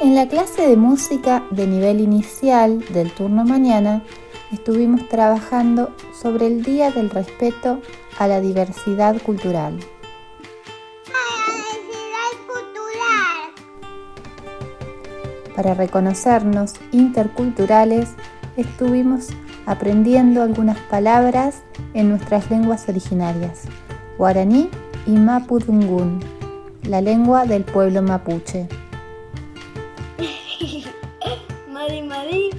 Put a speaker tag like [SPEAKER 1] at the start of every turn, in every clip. [SPEAKER 1] En la clase de música de nivel inicial del turno mañana estuvimos trabajando sobre el Día del Respeto a la Diversidad Cultural. Para reconocernos interculturales estuvimos aprendiendo algunas palabras en nuestras lenguas originarias, guaraní y mapudungún, la lengua del pueblo mapuche.
[SPEAKER 2] Mari Mari,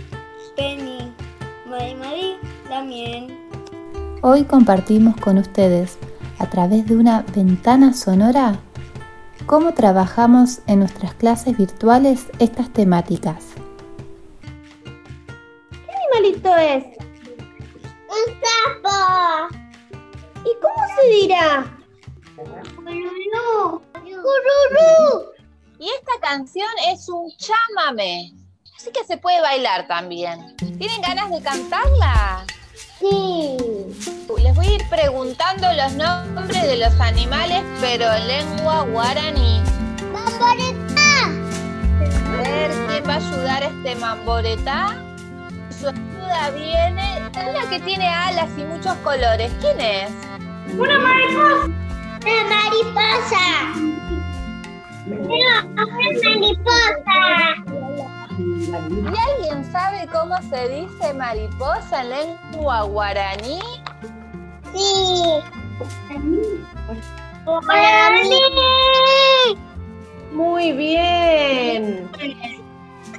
[SPEAKER 2] Penny. Mari Mari, también.
[SPEAKER 1] Hoy compartimos con ustedes, a través de una ventana sonora, cómo trabajamos en nuestras clases virtuales estas temáticas.
[SPEAKER 3] ¿Qué animalito es?
[SPEAKER 4] Un sapo.
[SPEAKER 3] ¿Y cómo se dirá?
[SPEAKER 4] Cururú. Cururú.
[SPEAKER 5] Y esta canción es un chámame. Así que se puede bailar también. ¿Tienen ganas de cantarla?
[SPEAKER 4] Sí.
[SPEAKER 5] Les voy a ir preguntando los nombres de los animales, pero en lengua guaraní.
[SPEAKER 4] Mamboretá.
[SPEAKER 5] A ver quién va a ayudar a este mamboretá. Su ayuda viene. Es la que tiene alas y muchos colores. ¿Quién es?
[SPEAKER 4] Una mariposa. No, una mariposa.
[SPEAKER 5] ¿Y alguien sabe cómo se dice mariposa en lengua guaraní?
[SPEAKER 4] Sí. Para mí.
[SPEAKER 3] Muy bien.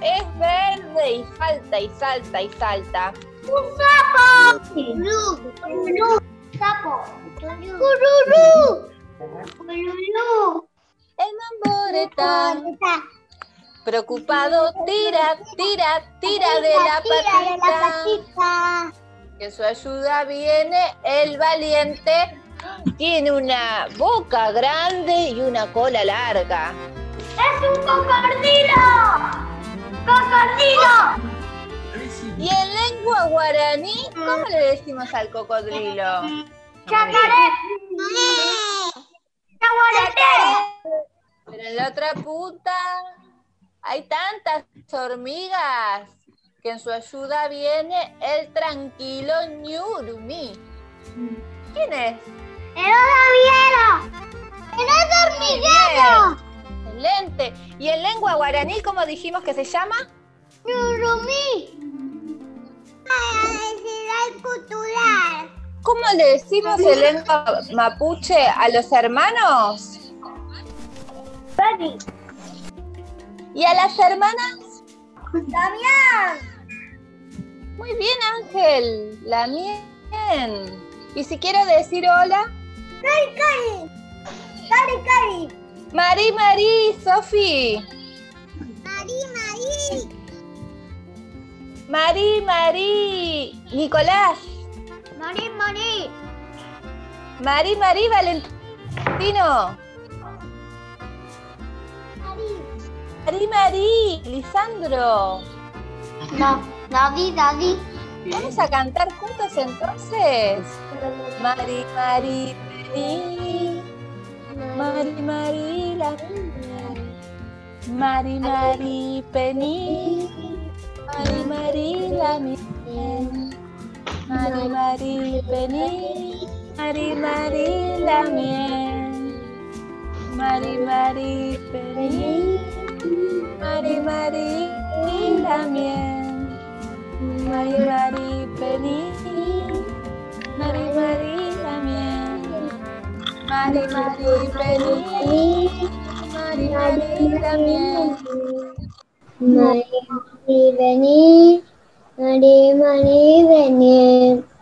[SPEAKER 5] Es verde y salta y salta y salta.
[SPEAKER 4] Un sapo. Cururú. Cururú. Sapo. Cururú. Cururú.
[SPEAKER 5] El mamboretá preocupado tira, tira, tira de la patita.
[SPEAKER 4] patita.
[SPEAKER 5] Que su ayuda viene el valiente. Tiene una boca grande y una cola larga.
[SPEAKER 4] ¡Es un cocodrilo! ¡Cocodrilo!
[SPEAKER 5] Y en lengua guaraní, ¿cómo le decimos al cocodrilo?
[SPEAKER 4] ¡Chacaré! ¡Chaguareté!
[SPEAKER 5] Pero en la otra puta hay tantas hormigas que en su ayuda viene el tranquilo ñurumi. ¿Quién es?
[SPEAKER 4] ¡El hormiguero! ¡El hormiguero!
[SPEAKER 5] Excelente. ¿Y en lengua guaraní cómo dijimos que se llama?
[SPEAKER 4] ¡Yurumí! ¡Para cultural!
[SPEAKER 5] ¿Cómo le decimos en lengua mapuche a los hermanos?
[SPEAKER 4] ¡Dani!
[SPEAKER 5] ¿Y a las hermanas?
[SPEAKER 4] ¡Damián!
[SPEAKER 5] Muy bien, Ángel. La bien. Y si quiero decir hola,
[SPEAKER 4] ¡Cari, cari! ¡Cari, cari!
[SPEAKER 5] Mari, Mari, Sofi.
[SPEAKER 4] ¡Mari, Mari!
[SPEAKER 5] Mari, Mari, Nicolás.
[SPEAKER 4] ¡Mari, Mari!
[SPEAKER 5] Mari, Mari, Valentino. Mari, Mari, Lisandro.
[SPEAKER 4] No, David, David.
[SPEAKER 5] Vamos a cantar juntos entonces. Mari, Mari, Mari. Mari, Mari, la mía. Mari, Mari, Penny. Mari, Mari, la mía. Mari, Mari, Penny. Mari, Mari, la mía. Mari, Mari, Penny. Mari, Mari, la mía. Mari, Mari, Penny. Mari, Mari, la mía. Mari, Mari, Penny. Mari, Mari, la mía.
[SPEAKER 4] Mari, Mari, vení. Mari, Mari, vení.